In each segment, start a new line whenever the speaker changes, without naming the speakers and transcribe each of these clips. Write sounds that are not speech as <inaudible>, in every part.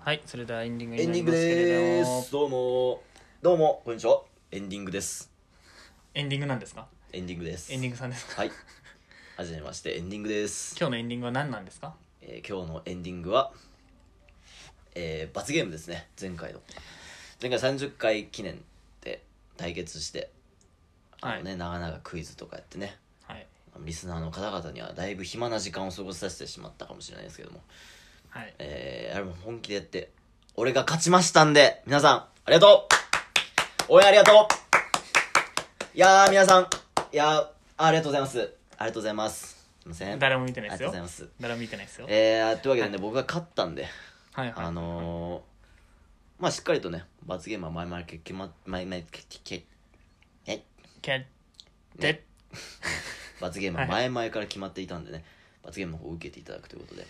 はいそれではエンディングに
エン
な
ディ
り
ング
ますけ
で
れども
ーすどうもどうもこんにちはエンディングです
エンディングなんですか
エンディングです
エンディングさんですか
はいはじめましてエンディングです、
今日のエンディングは何なんですか
えー今日のエンディングはえー、罰ゲームですね前回の前回30回記念で対決してあのね、長々クイズとかやってね
はい
リスナーの方々にはだいぶ暇な時間を過ごさせてしまったかもしれないですけども
はい
えー、あれも本気でやって、俺が勝ちましたんで、皆さん、ありがとう応援ありがとういやー、皆さん、いやー、ありがとうございます。ありがとうございます。すいません。
誰も見てない
あ
です
りがとう
よ
ございます。
誰も見てないですよ
えー、というわけでね、僕が勝ったんで、
はいはい
あのー、まあしっかりとね、罰ゲームは前々決ま、前々決、決、え
けで
ね罰ゲームは前々から決まっていたんでね、罰ゲームの方を受けていただくということで。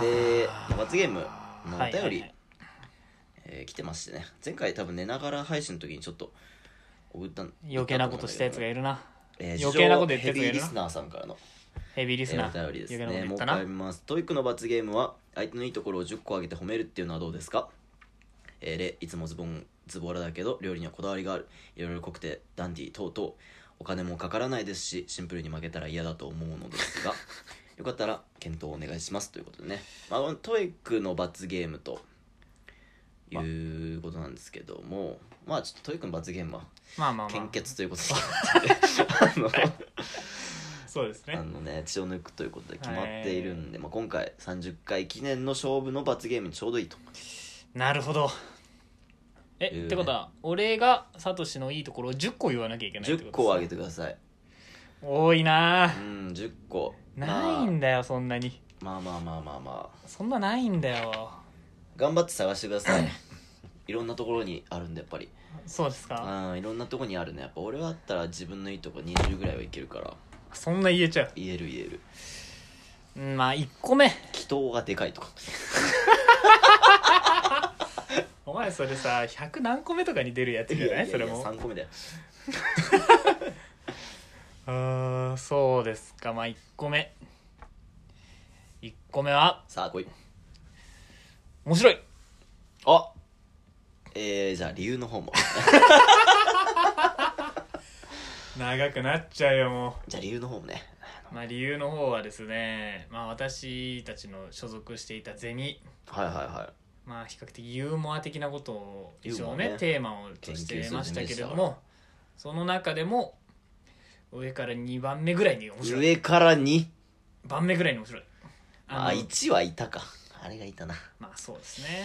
で、まあ罰ゲームの
は
お
いはい
便
はい
り、えー来てましてね前回多分寝ながら配信の時にちょっと送ったん
余計なことしたやつがいるな
え
余計なこと言って
ヘ
るやつが
ビ
い
ー
る
リ
な
スナーさんからの
ヘビーリス
え
ナ
ー
ー
お便りです
余計
ね
な
も
こと
う一
言
回
った
見
な
ますトイックの罰ゲームは相手のいいところを10個あげて褒めるっていうのはどうですかえー例いつもズボンズボラだけど料理にはこだわりがあるいろいろ濃くてダンディー等々お金もかからないですしシンプルに負けたら嫌だと思うので
<laughs>
すがよかったら検討お願いしますということでね、まあ、このトイックの罰ゲームということなんですけどもまあちょっとトイックの罰ゲームは
まあまあま
献
あ
血ということ
<laughs>
であの
そうですね
あのね血を抜くということで決まっているんで、まあ、今回30回記念の勝負の罰ゲームにちょうどいいと
なるほどえ
いうね
ってことは俺がサトシのいいところを10個言わなきゃいけないって
10
ことです
個あげてください
多いなあ
うん10個
ないんだよそんなに
まあ、まあまあまあまあまあ
そんなないんだよ
頑張って探してくだ
<laughs>
さいいろんなところにあるんでやっぱり
そうですか
うんいろんなところにあるねやっぱ俺はあったら自分のいいとこ20ぐらいはいけるから
そんな言えちゃう
言える言える
うんまあ1個目
祈祷がでかいとか
お前それさ100何個目とかに出るやつじゃないそれも
3個目だよ
あーそうですかまあ1個目1個目は
さあ来い
面白い
あえー、じゃあ理由の方も <laughs>
長くなっちゃうよも
じゃあ理由の方もね
うまあ理由の方はですねまあ私たちの所属していたゼミ
はいはいはい
まあ比較的ユーモア的なことを一応
ユー
ね
モアね
テーマをとしてましたけれど
研究するゼミでしたか
もその中でも上から2番目ぐらいに面白い
上から2
番目ぐらいに面白い
あ
の
1はいたかあれがいたな
まあそうですね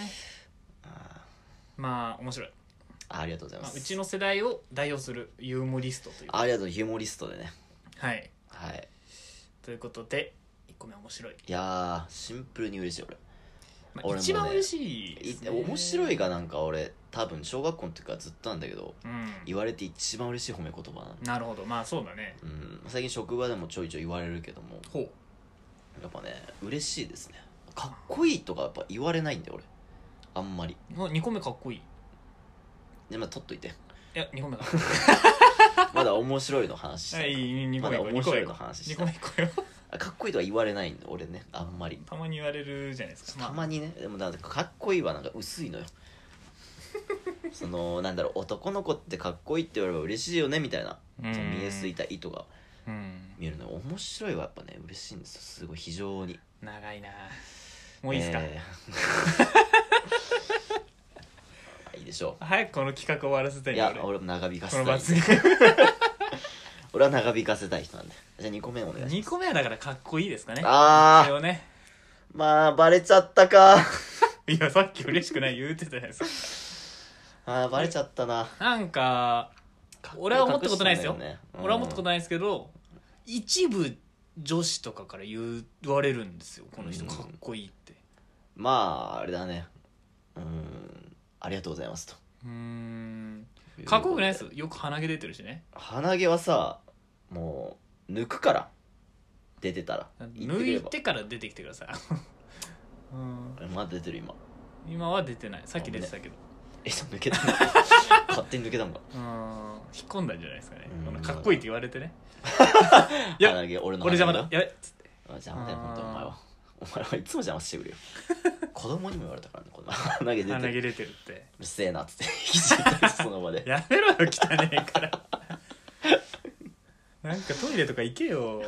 あ
まあ面白い、
ーありがとうございま
まあ、
す、
うちの世代を代表するユーモリストという
ありがとうヒューモリストでね
はい
はい
ということで1個目面白い、
いやーシンプルに嬉しい俺
まあ
俺もね
一番嬉しいです、ね、
い面白いがなんか俺多分小学校の時からずっとなんだけど
うん
言われて一番嬉しい褒め言葉なの
なるほどまあそうだね
うん最近職場でもちょいちょい言われるけども
ほう
やっぱね嬉しいですねかっこいいとかやっぱ言われないんだよ俺あんまり
2個目かっこいいい
でまあ取っといて
や2個目かっこいい
まだ面白いの話した
はい <laughs> い2個
ま
目行
だ
こう
面
二個
白
目
い
行
の
こう
話
二
し
個
た
目行こうよ
あかっこいいとは言われないんだ俺ねあんまり
たまに言われるじゃないですか、まあ
たまにねでもなんかかっこいいはなんか薄いのよ <laughs> そのなんだろう男の子ってかっこいいって言われれば嬉しいよねみたいな
うん
その見えすいた意図が
うん
見えるの面白いはやっぱね嬉しいんですよすごい非常に
長いなもういいですか、
えー <laughs> いいでしょ
早くこの企画終わらせた
う
い
い
ね
や
俺
俺も長引か
こ
せ
の
たい
罰ゲーム
俺は長引かせたい人なんでじゃあ2個目お <laughs> 願いし
2個目はだからかっこいいですかね
ますあ
それ
あ
をね
まあバレちゃったか
いやさっき嬉しくない言うてたじゃないですか
あーバレちゃったな
なんか
かこいい
俺は思ったことないですよ
隠したんだねうん
俺は思ったことないですけど、一部女子とかから言われるんですよこの人
うん
かっこいいって
まああれだねうーんありがとうございますと
うーんかっこよくないですよく鼻毛出てるしね
鼻毛はさもう抜くから出てたら言ってくれ
抜
れ
い
ば
てから出てきてください、 <laughs> うん
まだ出てる今
今は出てないさっき出てたけど、
えそう抜け
<laughs>
たの勝手に抜けたんか
うん引っ込んだんじゃないですかね
うん
このかっこいいって言われてねいや
鼻毛俺の
俺じ
鼻毛
ゃまだやべっつって
邪魔だよ
あー
本当にお前はお前はいつも邪魔して
<laughs>
くるよ子供にも言われたからねこの前投げ出
鼻
て
毛
る
出てるって
うるせえなっつって肘いたりその
<laughs>
場で
やめろよ汚ねえから <laughs> なんかトイレとか行けよ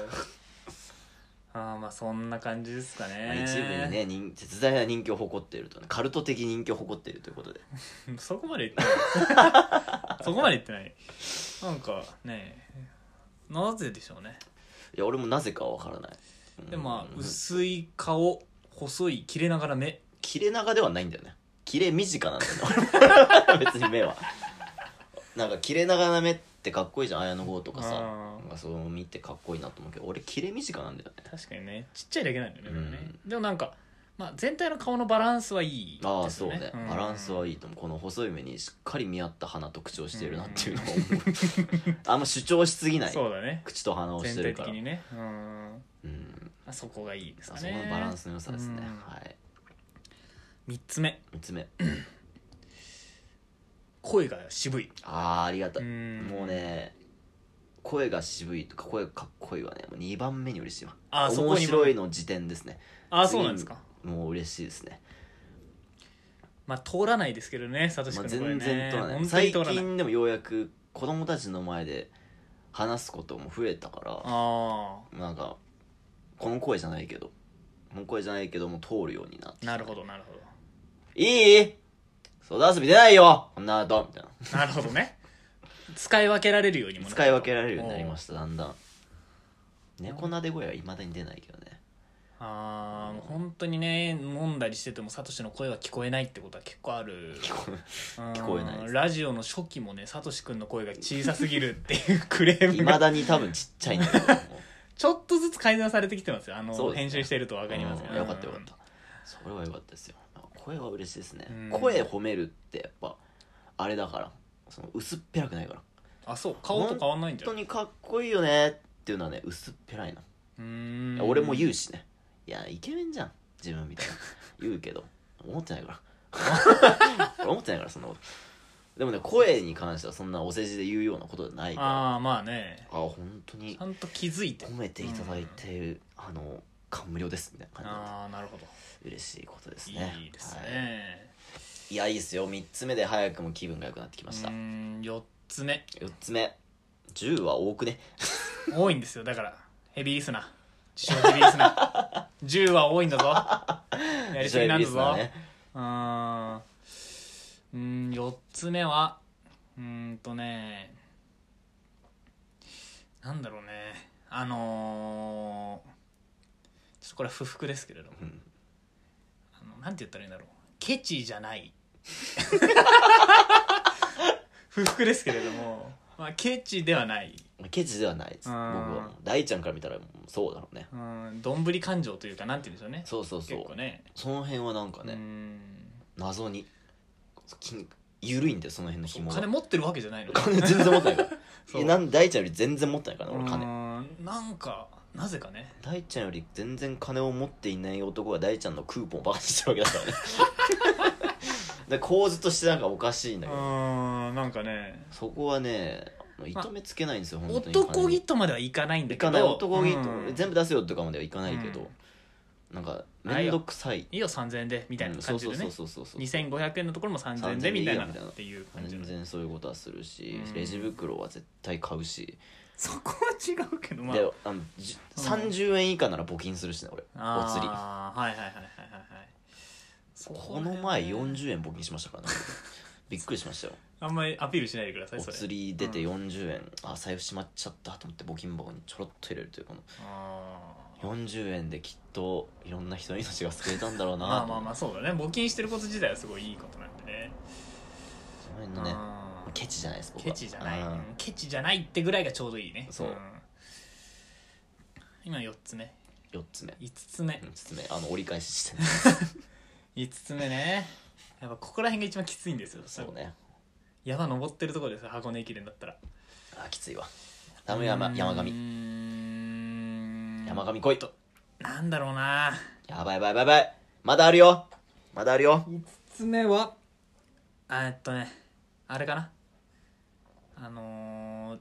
ああまあそんな感じですか
まあ
ね
一部にね人絶大な人気を誇っているとねカルト的人気を誇っているということで
そこまで言ってない <laughs> そこまで言ってないなんかねなぜでしょうね
いや俺もなぜかは分からない
でまあ
うん
薄い顔細い切れながら目
切れ長ではないんだよね切れ短なんだ
<laughs>
よね別に目はなんか切れ長な目ってかっこいいじゃん綾野剛とかさ
うん
なんかそう見てかっこいいなと思うけど俺切れ短なんだよね
確かにねちっちゃいだけなんだよね,でもね、でもなんか、まあ、全体の顔のバランスはいい
ああ
です
そ
よ
うね、
ん
バランスはいいと思うこの細い目にしっかり見合った鼻と口をしてるなっていうのを思う、 <laughs> あんま主張しすぎない
そうだね
口と鼻をし
全
てる
体
か
的
ら、
にねうん
うん
あそこがいいです
あ
か
そ
ね
このバランスの良さですね、
うん
はい
3つ目
3つ目
声が渋い
ああありがたい、
うん
もうね声が渋いとか声がかっこいいはねもう2番目に嬉しいわ
あーそこ
面
に
白いの時点ですね
ああそうなんですか
もう嬉しいですね
まあ通らないですけどねサトシ
まあ、
君の声
全
ね、
然通らな
本
い
当に
最
通らない
近でもようやく子供たちの前で話すことも増えたから
あ
なんかこの声じゃないけどこの声じゃないけどもう通るようになって
あなるほどなるほ
いい外遊び出ないよこんな後みたいな
どなるほどね <laughs> 使い分けられるようにも
使い分けられるようになりま
し
しただんだん猫なで声はいまだに出ないけどね
たああもう本当にね飲んだりしててもサトシの声は聞こえないってことは結構ある
聞こえ
うん
聞こえないです
ラジオの初期もねサトシ君の声が小さすぎるっていうクレー
い
ム
ま
が
だに多分ちっちゃいんだけども
ちょっとずつ改善されてきてますよあの、
そうですね
編集してると分かります
うんよかったよかったそれはよかったですよ声は嬉しいですね
うん
声褒めるってやっぱあれだからその薄っぺらくないから
あそう顔と変わんないんじゃ
本当
ない
にかっこいいよねっていうのはね薄っぺらいな
うーん
俺も言うしねいやイケメンじゃん自分みたいな <laughs> 言うけど思ってないから <laughs> 俺思ってないからそんなことでもね声に関してはそんなお世辞で言うようなことじゃないからあ
ああまあね
本当に
ちゃんと気づいて
褒めていただいている、あの感無量ですみたいな感
ああなるほど
じで嬉しいことですね
いいです
はい
ね、
いやいいですよ3つ目で早くも気分が良くなってきまし
う
た
ーん4つ目
4つ目10は多くね
多いんですよだからヘビーリスナー自称ヘビーリスナー10は多いんだぞ <laughs> やりすぎなんだ
<laughs> リスナ
ぞ、
ーね
うーんうーん4つ目はうーんとねなんだろうねあのーちょっとこれは不服ですけれども
うん
あのなんて言ったらいいんだろうケチじゃない
<laughs>
不服ですけれども、まあ、ケチではない
ケチではないです
う
僕
ん
はもう大ちゃんから見たらもうそうだろうね
うんどんぶり感情というかなんて言うんでしょうね
そうそうそう
結構ね
その辺はなんか
う
ね
ん
謎にき緩いんだよその辺の
お
紐が
金持ってるわけじゃないの
金全然持ってないか
<laughs> そ
ら
う
えなん大ちゃんより全然持ってないからね
う
俺金
んなんかなぜかね
大ちゃんより全然金を持っていない男が大ちゃんのクーポンをバカにしてるわけだからね
<laughs>
で構図としてなんかおかしいん
う
だけど
んなんかね
そこはね糸目つけないんですよ本当に
男気とまではいかないんだ
い
けど
かない男気と
うん
全部出せよとかまではいかないけ
うん
どなんか面倒くさい
いいよ3000円でみたいな感じで
う
ね
んそうそうそうそうそう
2500円のところも3000円でみたいな
3000でいいよみたいな
っていう感じ
全
の
然そういうことはするし、
うん
レジ袋は絶対買うし、
そこは違うけどまあ
であのじ
うん
30円以下なら募金するしね俺お釣り
あーはいはいはいはいはいはいそ
この
ら
前
辺ね
40円募金しましたから
<laughs>
ねびっくりしましたよ
あんまりアピールしないでください
お
それ
釣り出て40円、あ財布しまっちゃったと思って募金箱にちょろっと入れるというこの
あー
40円できっといろんな人の命が救えたんだろうな
まあまあまあそうだね募金してること自体はすごいいいことなんでね
その辺のね
あー
ケチじゃないです僕
ケ
は
チじゃない
うん
ケチじゃないってぐらいがちょうどいいね
そうん
今4つ目
4つ目
5つ目
5つ目あの折り返しして
5つ目ねやっぱここら辺が一番きついんですよ
そうね
山登ってるところです箱根駅伝だったら
あきついわダメ山山
うー
上
ん
山上来いと
なんだろうな
やばいやばいやばいやばいまだあるよまだあるよ
5つ目はあえっとねあれかなあ <laughs> のー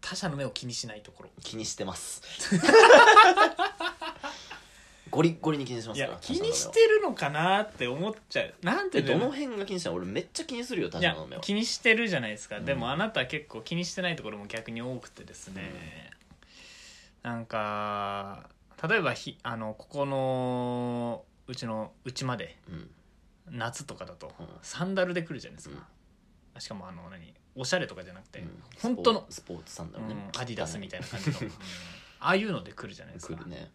他者の目を気にしないところ
気にしてますゴリッゴリに気にしま
い
すから
や気にしてるのかなって思っちゃうなんて
え
いう
ど
の
の辺が気にしてんの俺めっちゃ気にするよ他
い
者
や
の目は
気にしてるじゃないですか、
うん
でもあなたは結構気にしてないところも逆に多くてですね、なんか例えばひあのここのうちのうちまで
うん
夏とかだと
うん
サンダルで来るじゃないですか、しかもあの何おしゃれとかじゃなくて、
うん
本当の、
スポーツスポーツサンダ
う
ルね
んアディダスみ
た
たいな感
<laughs>
じの、うんああいうので来るじゃないですか
来るね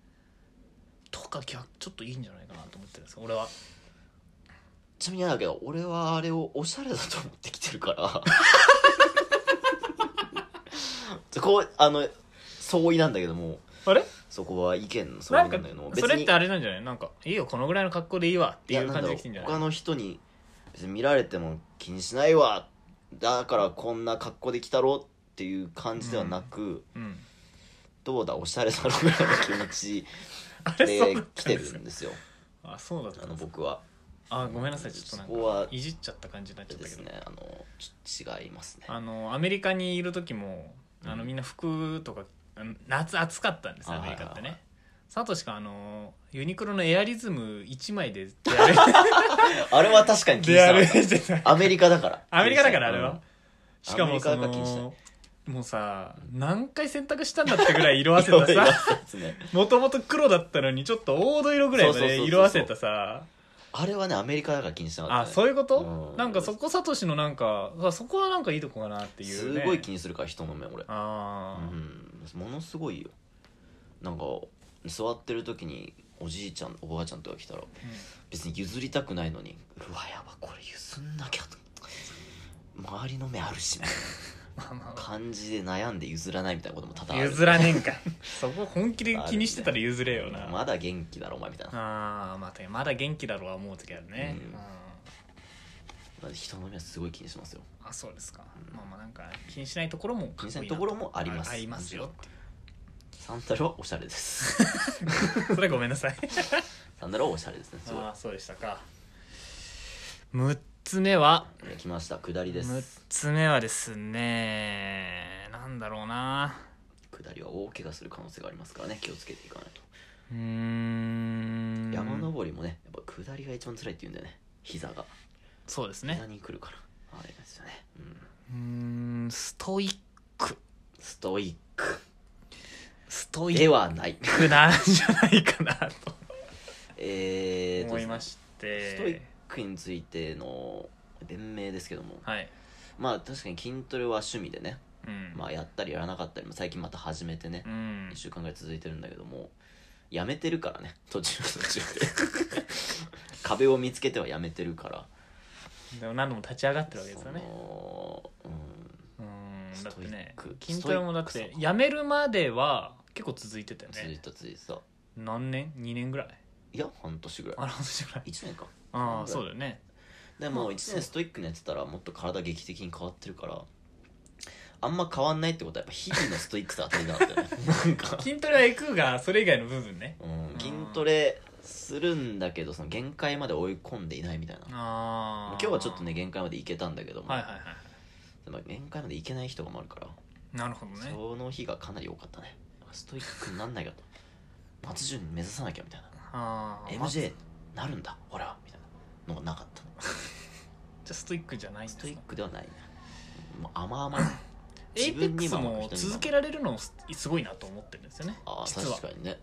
とか逆ちょっといいんじゃないかなと思ってるんです俺は
ちなみになんだけど俺はあれをおしゃれだと思ってきてるからそ <laughs> こあの相違なんだけども
あれ
そこは意見の相
な
違
ん
な
か
んだけども
それってあれなんじゃないなんかいいよこのぐらいの格好でいいわっていう感じで来てんじゃ
や
ない
んだろう他の人に別に見られても気にしないわだからこんな格好で来たろっていう感じではなく、
うん
どうだおしゃれだろうぐらいの気持ち
あれ <laughs> そう
で
だっ
来
た
て
んです
る
か
んですよ
あそうだった
あ
ん
の
ですか
僕は
あごめんなさいちょっとなんか
そこはい
じっちゃった感じになっちゃっ
で
たけ
す
ど、
ねあのちょっと違いますね
あのアメリカにいる時もあ
う
の
ん
みんな服とかあの夏暑かったんですよ
あ
アメリカって
はいはいは
ねサトシがあのユニクロのエアリズム1枚で出歩
あれは確かに
い
<laughs> 気に
出歩い
した
てた
アメリカだから
アメリカだからあれは、
うん
しか
アメ
も
リカ
そ
が気にしない
のもうさ何回洗濯したんだってぐらい色あ
合わ
せ
せ
た
<laughs> た
さ
さね
もともと黒だったのにちょっと黄土色ぐらいま
そうそうそう
で
そう
色あせたさ
あれはねアメリカだから気にしなか
あ
ったね
そういうこと、
うん
なんかそこサトシのなんかあそこはなんかいいとこかなっていう、
す
ね、
ごい気にするから人の目俺
ああ、
うんものすごいよなんか座ってる時におじいちゃんおばあちゃんとか来たら別に譲りたくないのにうわやばこれ譲んなきゃと周りの目あるしみたい
まあま
な感じで悩んで譲らないみたいなことも多
あ
々ある
譲らねえんかいそこ本気で気にしてたら譲れよな、
まだ元気だろお前みたいな
ああまたまだ元気だろうは思う時あるね、
うん
うん
人の目はすごい気にしますよ
あそうですか、
うん
まあまあなんか気にしないところもかっこいいな
気にしないところもあります
ありますよって
サンダルはおしゃれです
いうそれごめんな
<laughs>
さい
サンダルはおしゃれですねすごい
ああそうでしたか6つ目は
来ました下りで
6
す
つ目はですねなんだろうな
下りは大怪我する可能性がありますからね気をつけていかないと、
うーん
山登りもねやっぱ下りが一番辛いって言うんだよね膝が
そうですね
膝に来るからあれですよね、うん、
うーんストイック
ストイック
ストイ
で
ッ
はない
クなんじゃないかなと
えーと
思いまし
ストイッ
て
クについての弁明ですけども
はい、
まあ確かに筋トレは趣味でね、
うん、
まあ、やったりやらなかったりも最近また始めてね
う、ん
1週間ぐらい続いてるんだけどもやめてるからね <laughs> 途中途中で <laughs> 壁を見つけてはやめてるから
でも何度も立ち上がってるわけですよね
そのうん
うんだってね
ストイック
筋トレもだっ
ストイッ
て
クそう
やめるまでは結構続いてたよ
続い
ね
た続いた
何年2年ぐらい
いや半年ぐら
あ
い
ら私ぐらい
1年か
ああそうだよね
で
ま
も
あ
1年ストイックにやってたらもっと体劇的に変わってるからあんま変わんないってことはやっぱ日々のストイックさ当たりだった
<laughs>
よねなんか、
筋トレは行くがそれ以外の部分ね
うん、筋トレするんだけどその限界まで追い込んでいないみたいな
ああ
今日はちょっとね限界までいけたんだけども、
はいはいは
まあ限界までいけない人がもあるから
いなるほどね
その日がかなり多かったねストイックになんな
<laughs>
いかと松潤目指さなきゃみたいな
あーまあ
MJ なるんだほらみたいなのがなかった
じゃあストイックじゃないんです
ス
か
トイックではないなもう甘
<laughs>
々な
エイペックスも
自分にも
続けられるのすすごいなと思ってるんですよね
ああ
実は
確かにね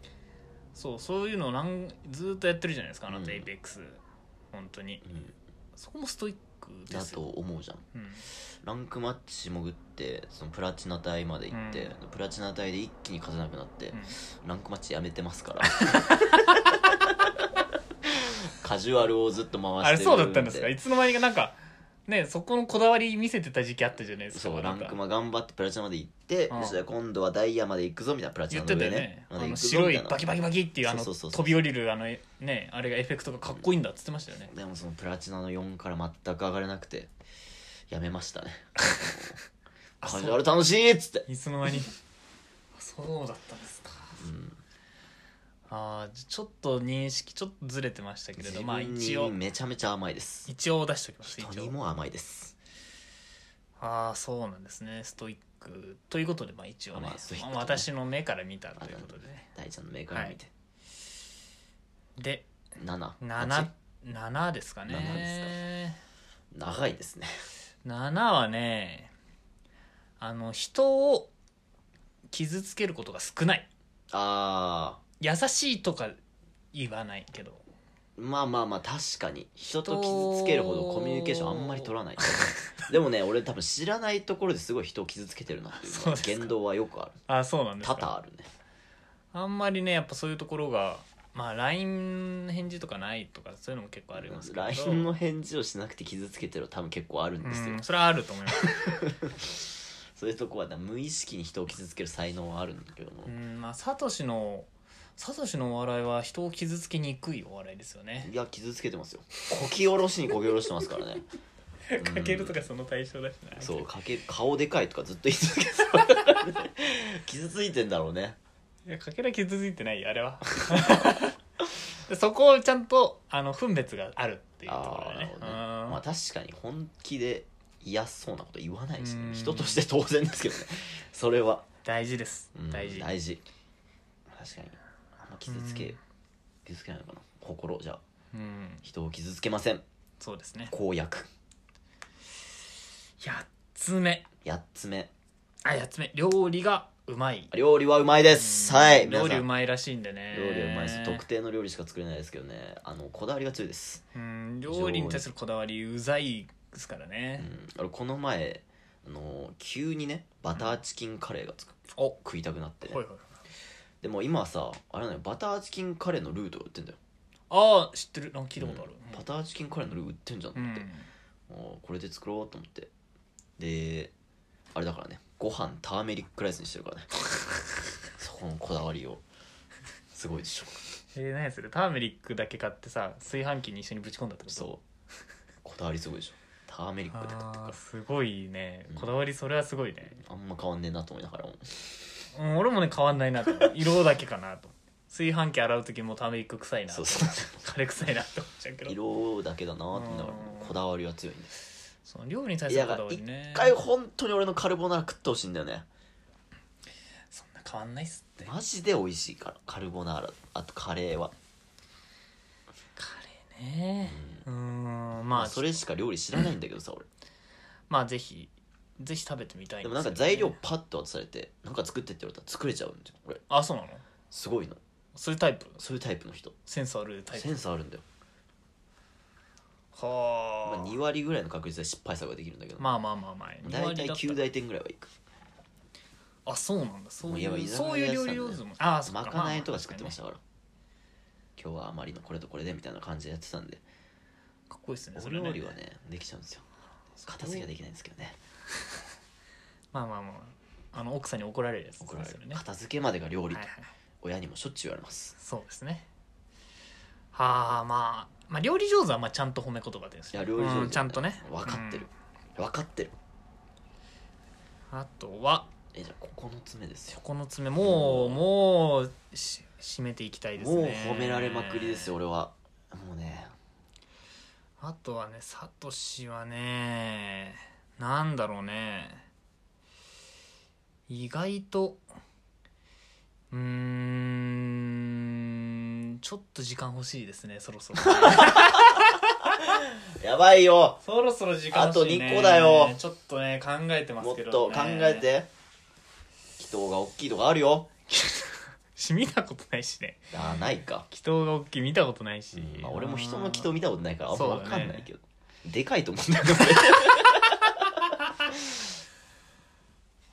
そうそういうのをなんずーっとやってるじゃないですかあな
うん
たエイペックス本当に
うん
そこもストイックで
だ
す
と
よ
思うじゃん
うん
ランクマッチ潜ってそのプラチナ帯まで行って、
うん
プラチナ帯で一気に勝てなくなって、
うん
ランクマッチやめてますから
<laughs>
<laughs> カジュアルをずっと回して
あれそうだったんですか
で
いつの間にかなんかねそこのこだわり見せてた時期あったじゃないですか
そうラ
なん
ン
か
クマ頑張ってプラチナまで行って、
うん
そしたら今度はダイヤまで行くぞみたいなプラチ
言
ナ
っ
の
てた
上
よ
ね
ね
ま
あ
で行
の
くぞみ
白
た
い
いな
バキバキバキっていうあの
そうそうそうそう
飛び降りるあのねあれがエフェクトがかっこいいんだっつってましたよね
でもそのプラチナの4から全く上がれなくてやめましたね
あ
カ
そう
ジュアル楽しいっつって、
いつの間にあそうだったんですか
うん、
ああちょっと認識ちょっとずれてましたけれ
自
どまあ
分
一
に
応
めちゃめちゃ甘いです
一応出しておきます一
人に
応
も甘いです
ああそうなんですねストイックということでまあ一応ね
まあストイック
まあ私の目から見たということでね
大ちゃんの目から見て、
で
7
7, 7ですか
7
ね
長いですね
7, はねあの人を傷つけることが少ない
あ
優しいとか言わないけど
ーまあまあまあ確かに人と傷つけるほどコミュニケーションあんまり取
<laughs>
らないでもね俺多分知らないところですごい人を傷つけてるなってい
そうで
う
すか
言動はよくある
あそうなんです
多
か
々あるね
あんまりねやっぱそういうところがまあ LINE の返事とかないとかそういうのも結構ありますけど
LINE の返事をしなくて傷つけてるの多分結構あるんですよ
うんそれはあると思います、
そういうとこはね無意識に人を傷つける才能はあるんだけども
うんまあサトシのサトシのお笑いは人を傷つけにくいお笑いですよね
いや傷つけてますよこき下ろしにこき下ろしてますか
<laughs>
らねうん
かけるとかその対象だしな
そうかけ顔でかいとかずっと言い続けて
<laughs>
る傷ついてんだろうね
いやかけら傷ついてないよあれ
<laughs>
はでそこをちゃんとあの分別があるっていうところ
あ
だ
あな
ね
るほ
う
ど
ん
ねまあ確かに本気で嫌そうなこと言わないしね、
うん
人として当然ですけど
<laughs>
ねそれは、
大事です
うん
大事
大事確かにあんま傷つけ傷つけないのかな心じゃあ
うん
人を傷つけません
そうですね
公約
8つ目
8つ目
あ8つ目料理がうまい
料理はうまいですはい皆
料
さん
理うまいらしいんでね
料理はうまいです特定の料理しか作れないですけどねあのこだわりが強いです、
うん料理に対するこだわりうざいですから
う
ね、
ん、俺この前あの急にねバターチキンカレーがつく
おは
食いたくなって、ね
いはいはい
でも今さあれなのよバターチキンカレーのルーとか売ってんだよ
ああ知ってるなんか聞いたことある
うんバターチキンカレーのルー売ってんじゃんと
うん
思って、もうこれで作ろうと思ってであれだからねご飯ターメリックライスにしてるから
<laughs>
ねそこのこだわりをすごいでしょ
えー、何するターメリックだけ買ってさ炊飯器に一緒にぶち込んだってことう
そうこだわりすごいでしょターメリックで買ってく
あ
か
ーすごいね
うん
こだわりそれはすごいね、
らあんま変わんねえなと思いながらも
うん、俺もね変わんない
<laughs>
なと思う色だけかなと炊飯器洗う時もターメリック臭いな
そ
と
うそう
カレー臭いなって思っちゃうけど
色だけだなと思いながらも
うん
こだわりは強いんです
その料理に対するこだわりね
一回本当に俺のカルボナーラ食ってほしいんだよね
そんな変わんないっすって
マジで美味しいからカルボナーラあとカレーは
カレーねうーんま
ま
あ
あそれしか料理知らないんだけ
<laughs>
どさ俺
まあぜひぜひ食べてみたい
で
です
も
けど
なんか
ね
材料パッと渡されてなんか作ってって言われたら作れちゃうんだよ俺
あそうなの
すごいの
そういうタイプ
そういうタイプの人
センスあるタイ
セ
プ
ンスあるんだよ、ま
は
あ、
あ
2割ぐらいの確率で失敗作ができるんだけど
まあまあまあまあ二
大
割
体
だった
9大点ぐらいはいく
あそうなんだそうい
もう
う
いや
そういう料理上手もああそっ
ま
か
かないとか作ってましたたから今日はあまりのこれとこれでみたいな感じでやってたんで
かっこいいですね
お
それ
料
ね
理はねできちゃうんですよ片付けはできないんですけどね
まあまあまああの奥さんに怒られるやつ
怒られる
ですよねは
片付けまでが料
い
理
は
と
い
親にもしょっちゅう言われます
そうですねはあまあまあ料理上手はまあちゃんと褒め言葉です
い
ね
や料理上手だね
うんちゃんとね
分かってる分かってる
うんあとは
えじゃあ9つ目ですよ
この爪もうもうし締めていきたいですね
もう褒められまくりですよ俺はもうね
あとはねサトシはねなんだろうね意外とうーんちょっと時間欲しいですねそろそろ
やばいよ
<laughs> そろそろ時間欲しい、ね、
あと二個だよ
ちょっとね考えてま
も
す
っ
けど、ね、
と考えて祈祷が大きいとかあるよ
し見たことないしね
あーないか、
祈祷が大きい見たことないし、
まあ、俺も人の祈祷見たことないからあんま
そうだね
分かんないけど、でかいと思うんだ <laughs> けど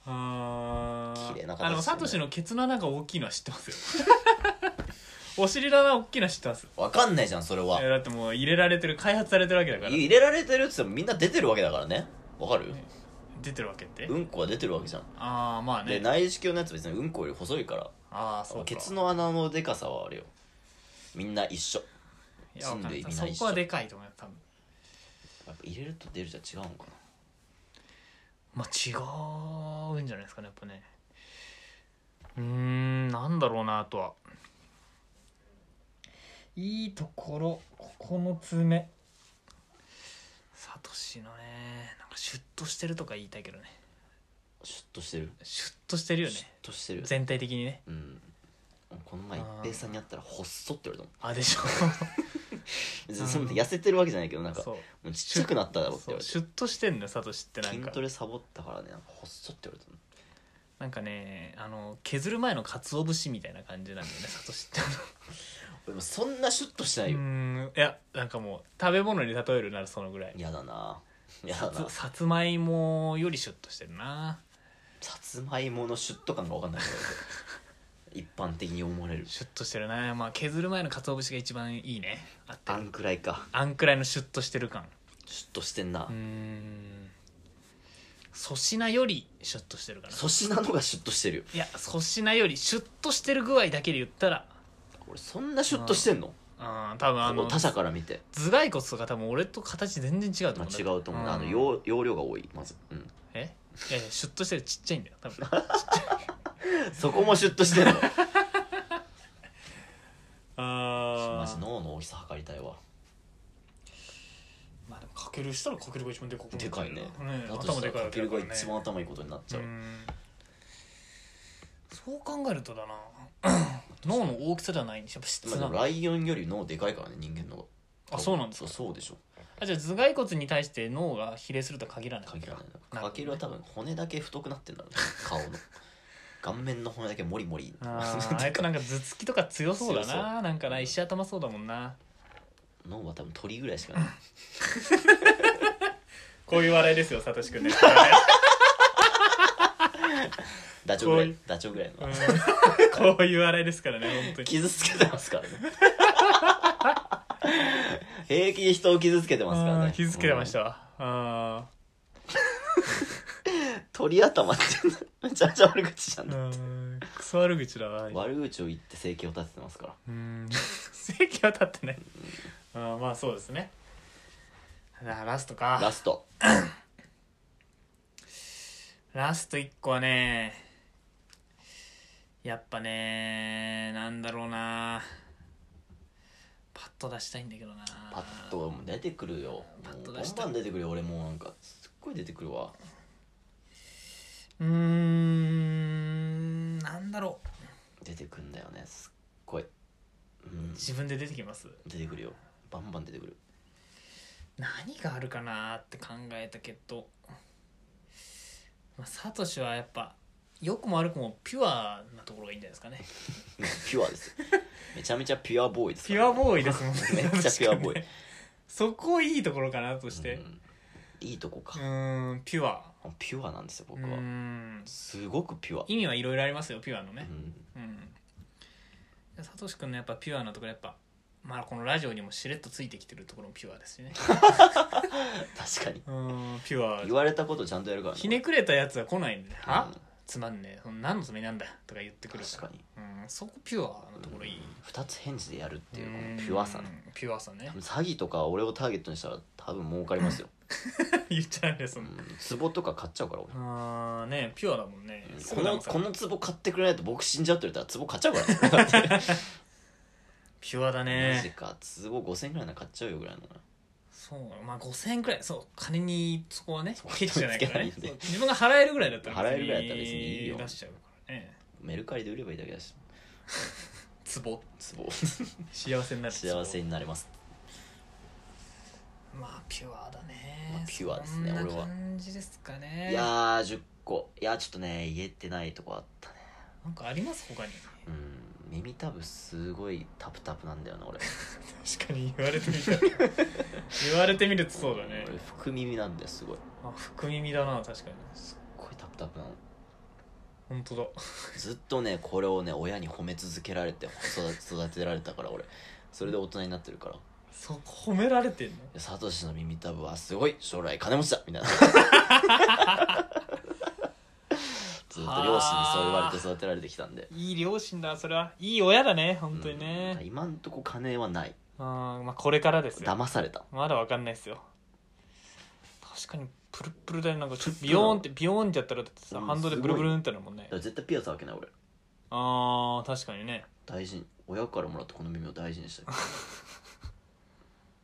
あー
綺麗な形
あの
ですね
サトシのケツの穴が大きいのは知ってますよ <laughs> お尻の穴大きいのは知ってます
分かんないじゃんそれはい
やだってもう入れられてる開発されてるわけだから
入れられてるっつってもみんな出てるわけだからねわかる
出てるわけって、
うんこが出てるわけじゃん
ああまあ
で
ね
内視鏡のやつ別にうんこより細いから
ああそうか
ケツの穴のでかさはあれよみんな一緒
いやわかんない
住んでみない
そこはでかいと思うよ多分
やっぱ入れると出るじゃ違うのか
まあ違うんじゃないですかねやっぱねうーんなんだろうなとはいいところここの爪サトシのねなんかシュッとしてるとか言いたいけどね
なシュッとしてる
シュッとしてるよね
シュッとしてる
全体的にね
うんこの前一平さんに会ったら「細っ」って言われた
あでしょ
もん別にそんな痩せてるわけじゃないけどなんか
そう
もうちっちゃくなっただろって言
そう
われ
シュッとしてんのよサトシって
て
なん
筋
か
トレサボったからねなんか細っって言われたの
なんかねあの削る前の鰹節みたいな感じなんだ
<laughs>
よねサトシって
俺もそんなシュッとしな
う
いよ
んいやなんかもう食べ物に例えるならそのぐらい
嫌だな嫌だ
さ
な
つさつまいもよりシュッとしてるな
さつまいものシュッと感が分かんないけど一般的に思われる
シュッとしてるなまあ削る前の鰹節が一番いいねあって
あ
る
んくらいか
あんくらいのシュッとしてる感
シュッとしてんな
うん粗品よりシュッとしてるかな
粗品のがシュッとしてるよ
いや粗品よりシュッとしてる具合だけで言ったら
俺そんなシュッとしてんの
うん多分あの
他者から見て
頭蓋骨とか多分俺と形全然違うと
ま
思
あ
う
違うと思うなあの
ん
容容量が多いまずうん
えいやいやシュッとしてるちっちゃいんだよ多分
そこもシュッとしてんのマ
あ
ジ脳の大きさ測りたいわ
まあでもかけるしたらかけるが一番でかく
でかいねだと
頭
し
で
たら
かい
か
わ
け
け
る
だか
が
らね
一番頭いいことになっちゃう
うんそう考えるとだな <clears throat> 脳の大きさではないんでやっぱ質
まあで
な
も
の
ライオンより脳でかいからね人間の方が
あそうなんですか
そうそうでしょ
あじゃあ頭蓋骨に対して脳が比例するとは限らない
限らない
なるほどね
かけるは多分骨だけ太くなってんだろうね顔の顔面の骨だけモリモリ
あ
なん <laughs>
ーあいつ
か
なんか頭突きとか強そうだ
強そ
ななんかな石頭そうだもんな
脳は多分鳥ぐらいしかない
こういう笑いですよサトシ君ね <laughs>
ダチョウぐら
こう
いダチョウぐらいの
こういう笑いですからね本当に
傷つけてますからね平気で人を傷つけてますから
あー
ね
気づけてまし
うん
たわあ
鳥頭って <laughs> めちゃめちゃ悪口じゃん、
ーうーんクソ悪口だわ
悪口を言って生計を立ててますから
うーん正規は立ってないあーまあそうですねあラストか
ラスト
ラスト1個はねやっぱねなんだろうなパッと出したいんだけどな
パッともう出てくるよ
パッと
もう
出
バン
した
バン出てくるよ俺もうなんかすっごい出てくるわ
うーんなんだろう
出てくんだよねすっごい、うん、
自分で出てきます
出てくるよバンバン出てくる
何があるかなって考えたけど、まあ、サトシはやっぱ良くも悪くもピュアなところがいいんじゃないですかね
ピュ
<laughs>
アですよめちゃめちゃピュアボーイです
ピュアボーイですす <laughs> もんね
めっちゃピュアボーイ
確かにねそこいいところかなとして
うんいいとこか
う、ーんピュア
ピュアなんですよ
う
僕は、
ーん
すごくピュア、
意味はいろいろありますよピュアの
う
ね
ん、
うんサトシ君のやっぱピュアなところやっぱまあこのラジオにもしれっとついてきてるところもピュアですしね
確かに
うーんピュア
言われたことちゃんとやるから
ひねくれたやつは来ないんで、あ
うん
つまんねえその何のためになんだとか言ってくる
確かに
うん、そこピュアのところいい、
2つ返事でやるっていうこ
うん
のピュアさね
ピュアさね
多分詐欺とか俺をターゲットにしたら多分儲かりますよ、
<laughs> 言っちゃうね
う
その、
ん、壺とか買っちゃうから俺
あーねピュアだもんね、すぐ
この
騙され
こ
る
の壺買ってくれないと僕死んじゃうって言ったら壺買っちゃ
<laughs>
うからね
ピュアだ
マジ
ね
か壺5000円くらいなら買っちゃうよぐらいの
そうまあ5000円くらいそう金にそこはね
<laughs> そう
ケチじゃないからね
つけないんで
そう自分が払えるぐらいだったら
払えるぐらいだったら別にいいよ
出しちゃうからね
メルカリで売ればいいだけだし
壺 <laughs>
壺
幸せになる壺
幸せになれます
まあピュアだね、
まあピュアですね
そんな
俺は
感じですかね
いやー10個いやーちょっとね言えてないとこあったね
なんかあります他に
うん耳たぶすごいタプタプなんだよな俺
確かに言われてみたら <laughs> 言われてみるとそうだね
俺福耳なんだよすごい
あ福耳だな確かに
すっごいタプタプなの
本当だ
ずっとねこれをね親に褒め続けられて育て育てられたから俺それで大人になってるから
そこ褒められてんの
でサトシの耳たぶはすごい将来金持ちだみたい <laughs> なずっと両親にそう言われて育てられてきたんで
いい両親だそれはいい親だね本当に
う
ね
ん、今んとこ金はない
あーまあこれからですよ
騙された
まだわかんないですよ確かにプルップルだよなんかちょっとビヨーンってビヨーンってやったらだってさ
うん
ハンドでブルブルンってなるもんね
だから絶対ピアス開けない俺
あー確かにね
大事に親からもらったこの耳を大事にしたい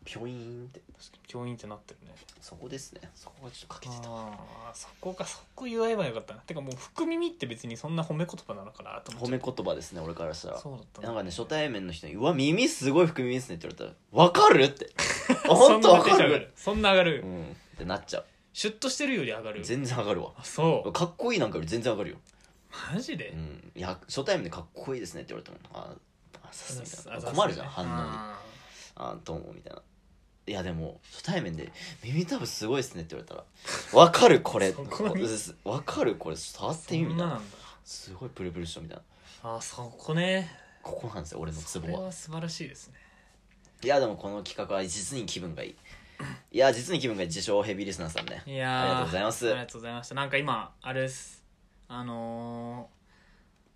ピピョイーンって
確かに教員ってなってるね
そこですねそこがちょっと欠けてた
あーそこかそこ言えばよかったなてかもう福耳って別にそんな褒め言葉なのかなと思っ
褒
ちゃ
め
っ
言葉ですね俺からした
た
ら
そうだった
なんかね初対面の人に「うわ耳すごい含耳ですね」って言われたら「わかる?」って <laughs> 「あ
そ
ほ
ん
ん
な
とわ
テン
か
ション上が
る?
るそんな上が」る、
うんってなっちゃ
シュッとしてるより上が
う
る
全然上がるわ
あそう
かっこいいなんかより全然上がるよ、
マジで、
うん、いや初対面でかっこいいですねって言われたもんああさすが
あ
に
ざっす
困るじゃん
ね
反応に
あ
あどうもみたいないやでも初対面で「耳たぶすごいですね」って言われたら <laughs> 「わかるこれ」
そこに
わかるこれ触っ
ー
てみ」
そ
み
ん
た
ないな
なん
だ
すごいプルプルしょみたいな
あーそこね
ここなんですよ俺のツ
そ
ボ
れ
は
は素晴らしいですね
いやでもこの企画は実に気分 <laughs> がいいいや実に気分がいい自称ヘビーリスナーさんね
いやー
ありがとうございます
ありがとうございましたなんか今あれですあの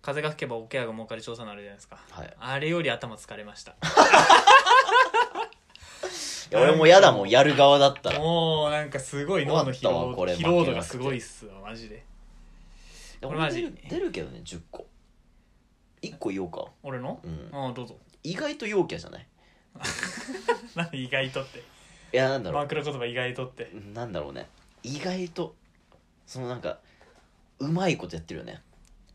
ー風が吹けばおケアが儲かる調査のあるじゃないですか
はいい
あれより頭疲れま
<laughs>
した
や俺もやだもんやる側だったら
もうなんかすごい脳の疲
終わった
労
わこれ
疲労度がすごいっすわマジで
でも
これマジ
出る出るけどね10個1個言おうか
俺の
うん
ああどうぞ
意外と陽キャじゃない
なんで意外とって
いやなんだろう
枕言葉意外とって
なんだろうね意外とそのなんかうまいことやってるよね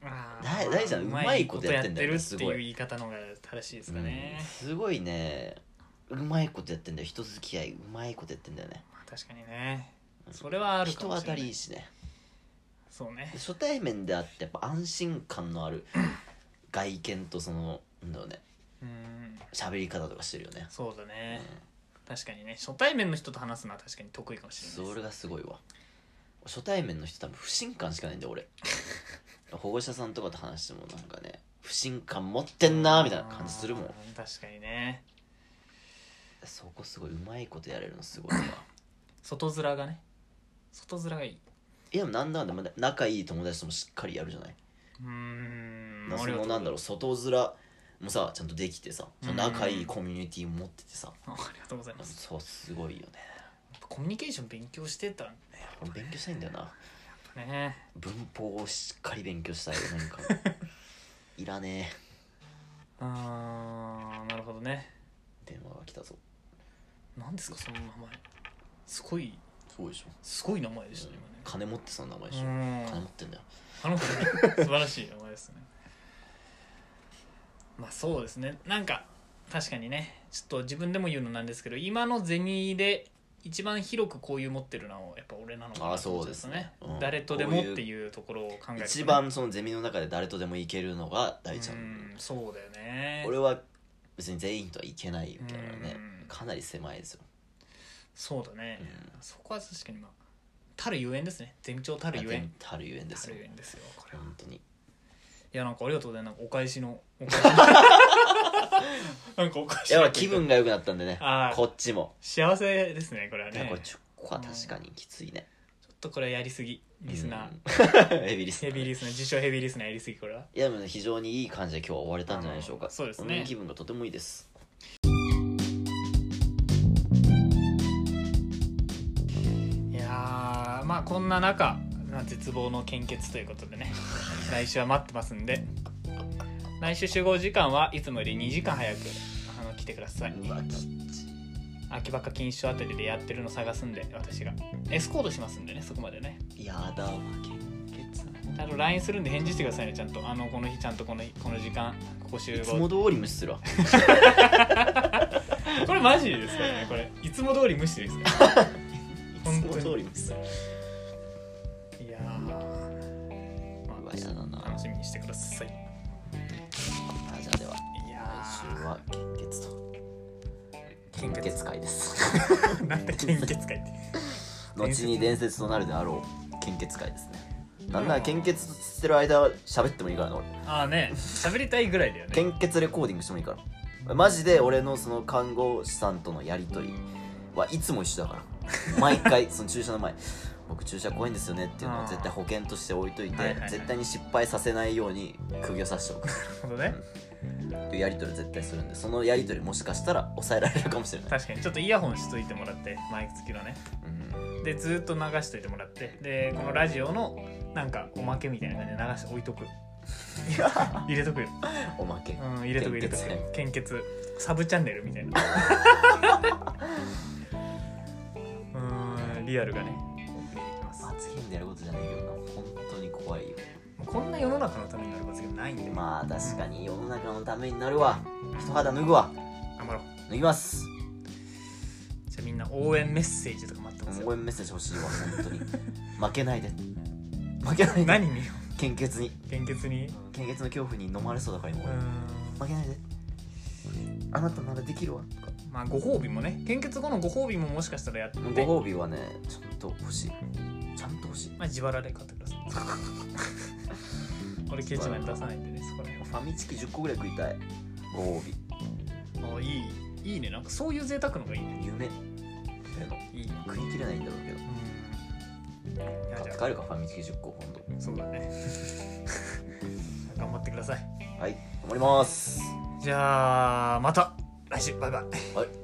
あー
大大事なの
まあ
うまいことやってんだ
う
よね
まいこと
す
やっ
ご
てるっていう
い
言い方の方が正しいですかね
うん、すごいねうまいことやってんだよ人付き合いうまいことやってんだよね
まあ確かにねそれはあるかも
人
しれ
当
な
た
い
りいいしね
そうね
初対面であってやっぱ安心感のある外見とそのなんだろうね
うん
喋り方とかしてるよね、
そうだ
うん
ね、確かにね初対面の人と話すのは確かに得意かもしれないです
それがすごいわ初対面の人多分不信感しかないんだよ <laughs> 俺保護者さんとかと話してもなんかね不信感持ってんなみたいな感じするもん
あー確かにね
そこすごいうまいことやれるのすご <laughs> いわ
外面がね外面がいい
いやでもなんだかんだまだ仲いい友達ともしっかりやるじゃないう
ーん
そ
俺は
のなんだろう外面もさちゃんとできてさその仲いいコミュニティ持っててさ
あありがとうございます
そうすごいよね
やっぱコミュニケーション勉強してたんだよ
俺勉強したいんだよな
やっぱね
文法をしっかり勉強したいよなんか <laughs> いらね
あーなるほどね
え電話が来たぞ
何ですかその名前すごい
そうでしょ
すごい名前でしたね
金持ってその名前でしょ
今ね
金
う
持
ん
ってんだよ
あの素晴らしい名前ですねまあそうですねなんか確かにねちょっと自分でも言うのなんですけど今の銭で一番広くこういう持ってるのはやっぱ俺なのかなと思っちゃんよ
あそうですねうん
誰とでもっていうところを考えるとね、
一番そのゼミの中で誰とでもいけるのが大ちゃ
うん
ん
そうだよね
俺は別に全員とはいけないみたいなね
うん
かなり狭いですよ
そうだね、
う
そこは確かにまあたるゆえんですね全長たるゆえん
たるゆえんで
た
す
る
よ
ゆえんですよこれは
本当に
いやなんかありがとうございますなんかお返しのお返しなんかお返し
いやほら気分が良くなったんでね
あー
こっちも
幸せですねこれはい
や
ね
これ10個は確かにきついね
ちょっとこれはやりすぎリスナー、
ー <laughs> ヘビーリスナ
ヘビー
ー
リスナー自称ヘビーリスナーやりすぎこれはい
やでもね非常にいい感じで今日は終われたんじゃないでしょう
あ
か
のそうですね
本当に気分がとてもいいです
いやーまあこんな中まあ絶望の献血ということで <laughs> ね来週は待ってますんで来週集合時間はいつもより2時間早くあの来てくださいう
わき
秋葉か禁酒あたりでやってるの探すんで私がエスコートしますんでねそこまでね
やだわ献血
あと LINE するんで返事してくださいねちゃんとあのこの日ちゃんとこの日この時間ここ集
いつ
合
も通り無視するわ
<laughs> これマジですからねこれいつも通り無視ですから
<laughs> い
本
つ
当
も
に
通り無視する
いやー、ま
うわやだ
あ、
な
楽しみにしてください
あじゃあではい
や
来週は献血と
献
献
血
血会です
<laughs> なんで献血会って
後に伝説となるであろう献血会ですねなんなら献血してる間は喋ってもいいからな俺
ああね喋りたいぐらいだよね
献血レコーディングしてもいいからマジで俺のその看護師さんとのやり取りはいつも一緒だから毎回その注射の前僕注射怖いんですよねっていうのを絶対保険として置いといて、
はいはいはい
絶対に失敗させないように釘を刺しておくっ
なるほどね
ていうやり取りを絶対するんでそのやり取りもしかしたら抑えられるかもしれない、
確かにちょっとイヤホンしといてもらってマイク付きのね
うん
でずーっと流しといてもらってでこのラジオのなんかおまけみたいな感じで流して置いとく入れとくよ、
おまけ
うん、入れとく入れと
献血ね
く献血サブチャンネルみたいな
<laughs>
うーんリアルがねお送りできますも
罰ゲームでやることじゃないけどな本当に怖いよ
うこんな世の中のためにやることがないんでま
まあ確かに世の中のためになるわ一肌脱ぐわ
頑張ろう
脱ぎます
じゃあみんな応援メッセージとか待ってます
応
よ
援メッセージ欲しいわ本当に負けないで負けないで
何見よ
献血に
う献血に
献血の恐怖に飲まれそうだから今
うー
俺
ん
負けないであなたならできるわとか
まあご褒美もね献血後のご褒美ももしかしたらやって、ま
ご褒美はねちゃんと欲しいちゃんと欲しい
あ、自腹で買ってください俺ケチマン出さないんでねそこら辺は
ファミチキ10個ぐらい食いたいご褒美
あいいいいねなんかそういう贅沢のがいいね
夢
いいね
食い切れないんだろうけど
うんいやじゃ
買って
あ
帰るかファミチキ10個今度
そうだね <laughs> 頑張ってください
はい頑張ります
じゃあまた来週バイバイ
はい